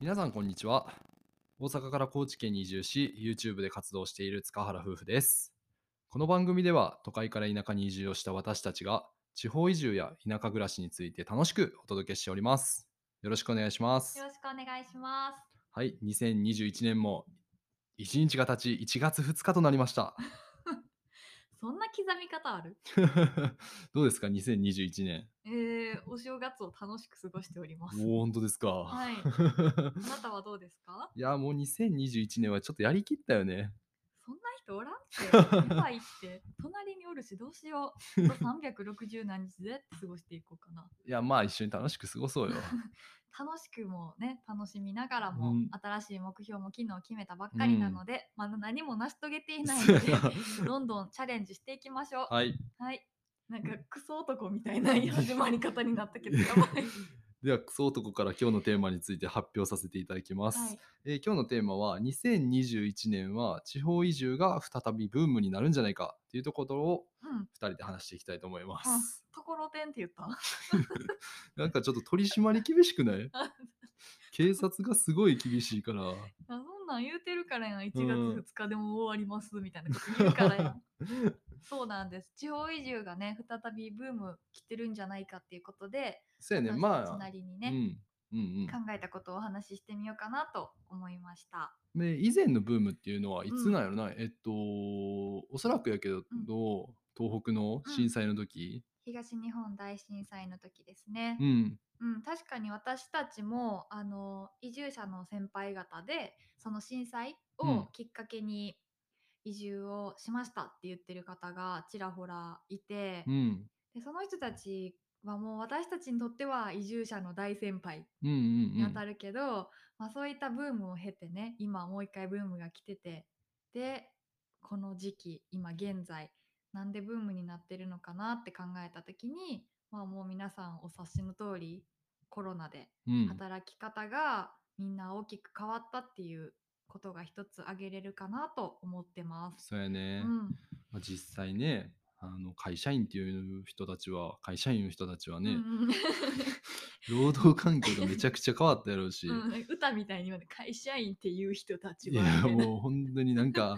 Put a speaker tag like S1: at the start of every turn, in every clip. S1: 皆さんこんにちは大阪から高知県に移住し YouTube で活動している塚原夫婦ですこの番組では都会から田舎に移住をした私たちが地方移住や田舎暮らしについて楽しくお届けしておりますよろしくお願いします
S2: よろしくお願いします。
S1: はい2021年も1日が経ち1月2日となりました
S2: そんな刻み方ある
S1: どうですか2021年
S2: えー、お正月を楽しく過ごしております。
S1: おお本当ですか、
S2: はい。あなたはどうですか
S1: いやもう2021年はちょっとやりきったよね
S2: そんな人おら んって。やばいって。隣におるしどうしよう。あと360何日で過ごしていこうかな。
S1: いやまあ一緒に楽しく過ごそうよ
S2: 楽しくもね、楽しみながらも、
S1: うん
S2: 新しい目標も昨日決めたばっかりなので、まだ何も成し遂げてい ないので
S1: そうや、
S2: どんどんチャレンジしていきましょう。は
S1: はい
S2: い。なんかクソ男みたいな始まり方になった けど、やばい。
S1: ではクソ男から今日のテーマについて発表させていただきます、
S2: はい
S1: えー今日のテーマは2021年は地方移住が再びブームになるんじゃないかっていうところを
S2: うん、
S1: 2人で話していきたいと思いま
S2: あ
S1: す、
S2: ところてんって言った
S1: なんかちょっと取り締まり厳しく ない警察がすごい厳しいから
S2: あそんなん言うてるからやん1月
S1: うん
S2: 2日でも終わりますみたいな こと言うからやんそうなんです地方移住がね再びブーム来てるんじゃないかっていうことで
S1: そうやね
S2: 私
S1: ま
S2: たち
S1: あ
S2: なりに
S1: う
S2: ね、
S1: んうん
S2: 考えたことをお話ししてみようかなと思いました
S1: うん、で以前のブームっていうのはいつ
S2: うん
S1: なんやろな、えっとおそらくやけど、東北の震災の時、
S2: 東日本大震災の時ですね
S1: う、ん
S2: うん、確かに私たちもあの移住者の先輩方でその震災
S1: うん
S2: をきっかけに移住をしましたって言ってる方がちらほらいて、
S1: うん
S2: でその人たちはもう私たちにとっては移住者の大先輩
S1: うんうんうん
S2: にあたるけど、まあ、そういったブームを経てね今もう一回ブームが来ててでこの時期今現在なんでブームになってるのかなって考えた時に、まあ、もう皆さんお察しの通りコロナで
S1: うん
S2: 働き方がみんな大きく変わったっていうことが一つ挙げれるかなと思ってます。
S1: そうや
S2: う
S1: ね、
S2: ん
S1: まあ、実際ねあの会社員っていう人たちは会社員の人たちはね、
S2: うん
S1: 労働環境がめちゃくちゃ変わったやろうし、
S2: うんうん、歌みたいにはね会社員っていう人たち
S1: い
S2: は
S1: や
S2: みたいな
S1: もう本当になんか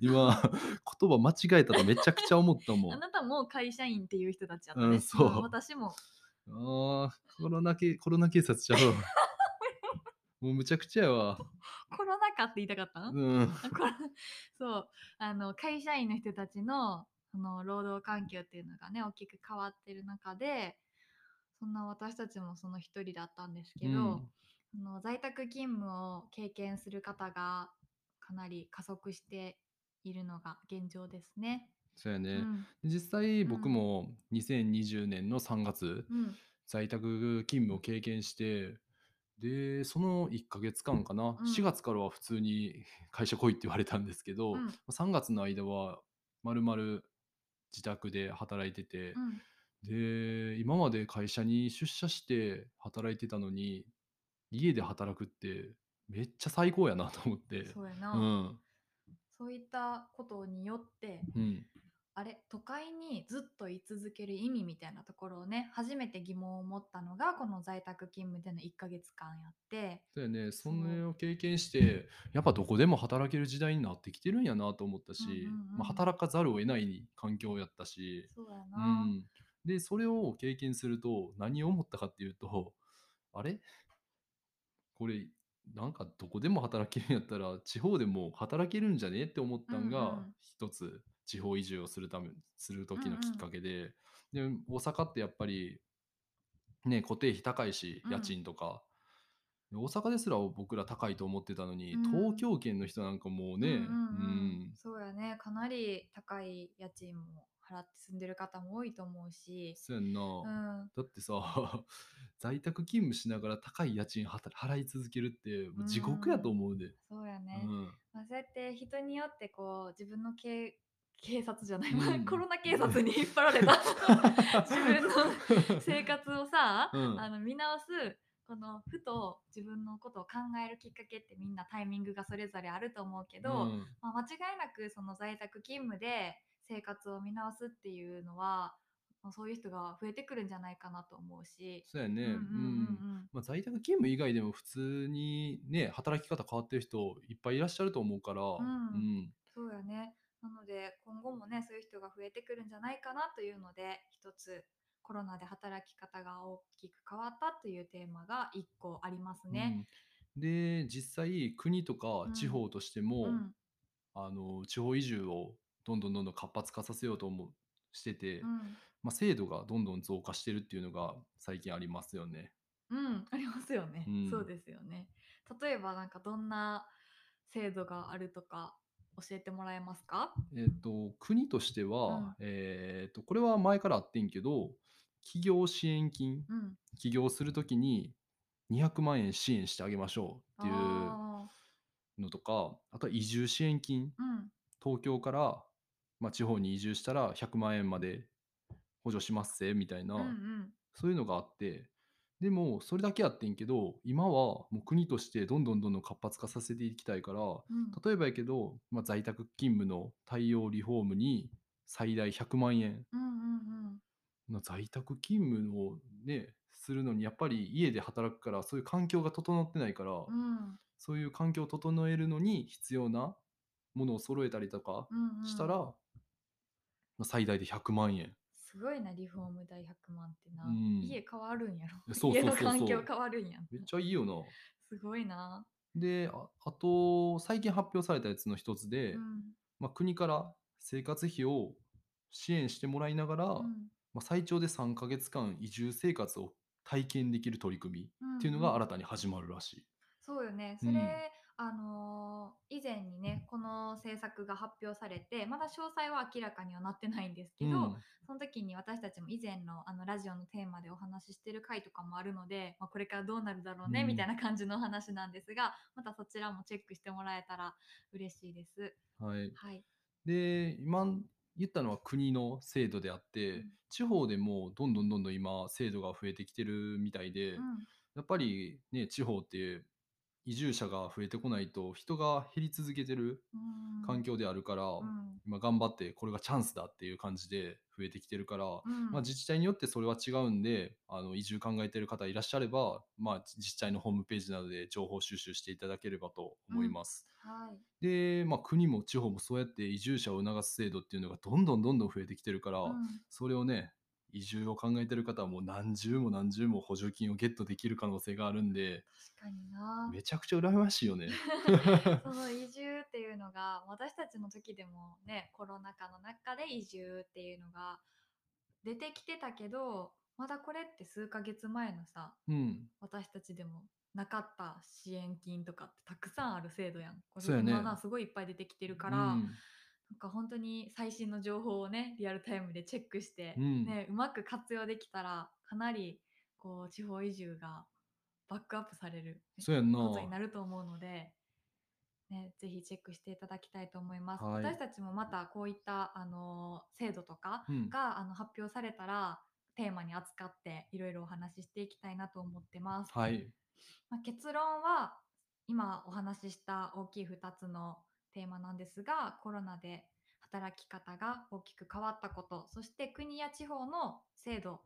S1: 今言葉間違えたとめちゃくちゃ思ったもん
S2: あなたも会社員っていう人たちやった
S1: う
S2: ね。
S1: んそうん
S2: 私も。
S1: あーコロナけコロナ警察ちゃ うわもうむちゃくちゃやわ
S2: コロナ禍って言いたかったの、
S1: うん
S2: あ コロそうあの会社員の人たちのその労働環境っていうのがね大きく変わってる中でそんな私たちもその一人だったんですけど、
S1: うん
S2: あの在宅勤務を経験する方がかなり加速しているのが現状ですね。
S1: そうや
S2: う
S1: ね、
S2: ん
S1: 実際僕も2020年の3月
S2: うん
S1: 在宅勤務を経験してでその1ヶ月間かな、
S2: うん
S1: 4月からは普通に 会社来いって言われたんですけど、
S2: うん
S1: 3月の間はまるまる自宅で働いてて
S2: う、ん
S1: で今まで会社に出社して働いてたのに家で働くってめっちゃ最高やなと思って。
S2: そうや
S1: う
S2: な、
S1: ん
S2: そういったことによって
S1: うん
S2: あれ都会にずっと居続ける意味みたいなところをね初めて疑問を持ったのがこの在宅勤務での1ヶ月間やって
S1: だよねそ
S2: そう
S1: れを経験してやっぱどこでも働ける時代になってきてるんやなと思ったし、
S2: うんうんうん
S1: まあ、働かざるを得ない環境やったし、
S2: そうや
S1: う
S2: な、
S1: ん、でそれを経験すると何を思ったかっていうとあれこれなんかどこでも働けるんやったら地方でも働けるんじゃねって思ったん
S2: うん
S1: が
S2: うん
S1: 一つ地方移住をするためする時の
S2: うんうん
S1: きっかけで,、で大阪ってやっぱりね固定費高いし
S2: うん
S1: 家賃とか、で大阪ですら僕ら高いと思ってたのに、
S2: うん
S1: 東京圏の人なんかもうね、
S2: うんうんうん
S1: うん
S2: そうやねかなり高い家賃も払って住んでる方も多いと思うし、
S1: そうやんな、
S2: うん、
S1: だってさ 在宅勤務しながら高い家賃はた払い続けるってもう地獄やと思うで、
S2: そうや
S1: う
S2: ね、
S1: ん
S2: まあ、そうやって人によってこう自分の警警察じゃない、ま
S1: う
S2: あ
S1: ん
S2: コロナ警察に引っ張られ た自分の生活をさ、
S1: うん
S2: あの見直すこのふと自分のことを考えるきっかけってみんなタイミングがそれぞれあると思うけど、
S1: うん
S2: まあ、間違いなくその在宅勤務で生活を見直すっていうのはまあそういう人が増えてくるんじゃないかなと思うし。
S1: そうやね、
S2: うんうん
S1: うん
S2: うんうん
S1: まあ、在宅勤務以外でも普通にね、働き方変わってる人いっぱいいらっしゃると思うから、うん
S2: そうやね。なので今後もねそういう人が増えてくるんじゃないかなというので一つコロナで働き方が大きく変わったというテーマが1個ありますね。
S1: うんで、実際国とか地方としても、
S2: うん
S1: あの地方移住をどんどんどんどん活発化させようと思うしてて、
S2: うん
S1: まあ、制度がどんどん増加してるっていうのが最近ありますよね。
S2: うん、ありますよね、
S1: うん
S2: そうですよね。例えばなんかどんな制度があるとか教えてもらえますか？
S1: えっと国としては、
S2: うん
S1: えっとこれは前からあってんけど企業支援金
S2: うん。
S1: 起業するときに200万円支援してあげましょうっていう
S2: あ
S1: のとかあとは移住支援金
S2: ーうん。
S1: 東京から、まあ、地方に移住したら100万円まで補助しますぜみたいな、
S2: うんうん。
S1: そういうのがあって、でもそれだけやってんけど、今はもう国としてどんどんどんどん活発化させていきたいから、
S2: うん、
S1: 例えばやけど、まあ、在宅勤務の対応リフォームに最大100万円、
S2: うんうんうん。
S1: まあ在宅勤務をね、するのにやっぱり家で働くからそういう環境が整ってないから、
S2: うん
S1: そういう環境を整えるのに必要なものを揃えたりとか
S2: うんうん、
S1: したら、まあ最大で100万円。
S2: すごいなリフォーム代100万ってな、
S1: うん
S2: 家変わるんやろ
S1: そうそうそうそう
S2: 家の環境変わるんや
S1: めっちゃいいよな。
S2: すごいな、
S1: で、ああと、最近発表されたやつの一つ
S2: う
S1: で、
S2: ん
S1: まあ、国から生活費を支援してもらいながら、
S2: うん
S1: まあ、最長で3ヶ月間移住生活を体験できる取り組みっていうのが
S2: うんうん
S1: 新たに始まるらしい。
S2: そうよね
S1: う
S2: そ
S1: ん
S2: れ、あのー以前にねこの政策が発表されてまだ詳細は明らかにはなってないんですけど、
S1: うん
S2: その時に私たちも以前のあのラジオのテーマでお話ししてる回とかもあるので、まあ、これからどうなるだろうね、
S1: うん
S2: みたいな感じのお話なんですがまたそちらもチェックしてもらえたら嬉しいです。
S1: はい、
S2: はい、
S1: で今言ったのは国の制度であって、
S2: うん
S1: 地方でもどんどんどんどん今制度が増えてきてるみたいで、
S2: うん
S1: やっぱりね地方って移住者が増えてこないと人が減り続けてる
S2: うん
S1: 環境であるから、
S2: うん
S1: 今頑張ってこれがチャンスだっていう感じで増えてきてるから、
S2: うん
S1: まあ、自治体によってそれは違うんであの移住考えてる方いらっしゃれば、まあ、自治体のホームページなどで情報収集していただければと思います。
S2: はい
S1: で、まあ、国も地方もそうやって移住者を促す制度っていうのがどんどんどんどん増えてきてるから、
S2: うん
S1: それをね移住を考えてる方はもう何十も何十も補助金をゲットできる可能性があるんで
S2: 確かにな
S1: めちゃくちゃ羨ましい よね。
S2: その移住っていうのが私たちの時でもねコロナ禍の中で移住っていうのが出てきてたけどまだこれって数ヶ月前のさ
S1: うん、
S2: 私たちでもなかった支援金とかってたくさんある制度やんこれ
S1: そうやね
S2: 今なすごいいっぱい出てきてるから、
S1: うん
S2: なんか本当に最新の情報をねリアルタイムでチェックして、
S1: うん
S2: ね、うまく活用できたらかなりこう地方移住がバックアップされる
S1: そうやんな
S2: ことになると思うので、ね、ぜひチェックしていただきたいと思います。
S1: はい
S2: 私たちもまたこういったあの制度とか
S1: うん
S2: が、あの発表されたらテーマに扱っていろいろお話ししていきたいなと思ってます。
S1: はい、
S2: まあ、結論は今お話しした大きい2つのテーマなんですがコロナで働き方が大きく変わったことそして国や地方の制度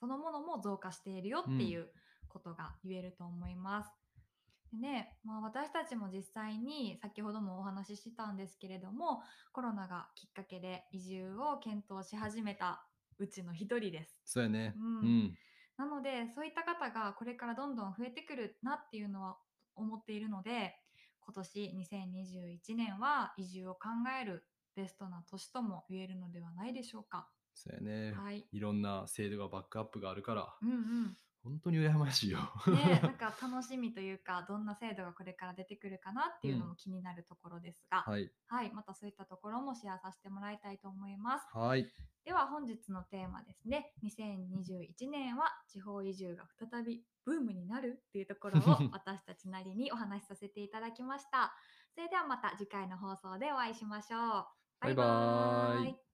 S2: そのものも増加しているよっていうことが言えると思います。でねまあ、私たちも実際に先ほどもお話ししたんですけれどもコロナがきっかけで移住を検討し始めたうちの一人です。
S1: そうやね。
S2: うん
S1: うん
S2: なのでそういった方がこれからどんどん増えてくるなっていうのは思っているので今年2021年は移住を考えるベストな年とも言えるのではないでしょうか。
S1: そうやね、
S2: はい。
S1: いろんな制度がバックアップがあるから、
S2: うんうん。
S1: 本当に羨ましいよ。
S2: ね、なんか楽しみというかどんな制度がこれから出てくるかなっていうの
S1: う
S2: も気になるところですが、
S1: はい。
S2: はい、またそういったところもシェアさせてもらいたいと思います。
S1: はい。
S2: では本日のテーマですね2021年は地方移住が再びブームになるというところ を私たちなりにお話しさせていただきましたそれではまた次回の放送でお会いしましょう
S1: バイバーイ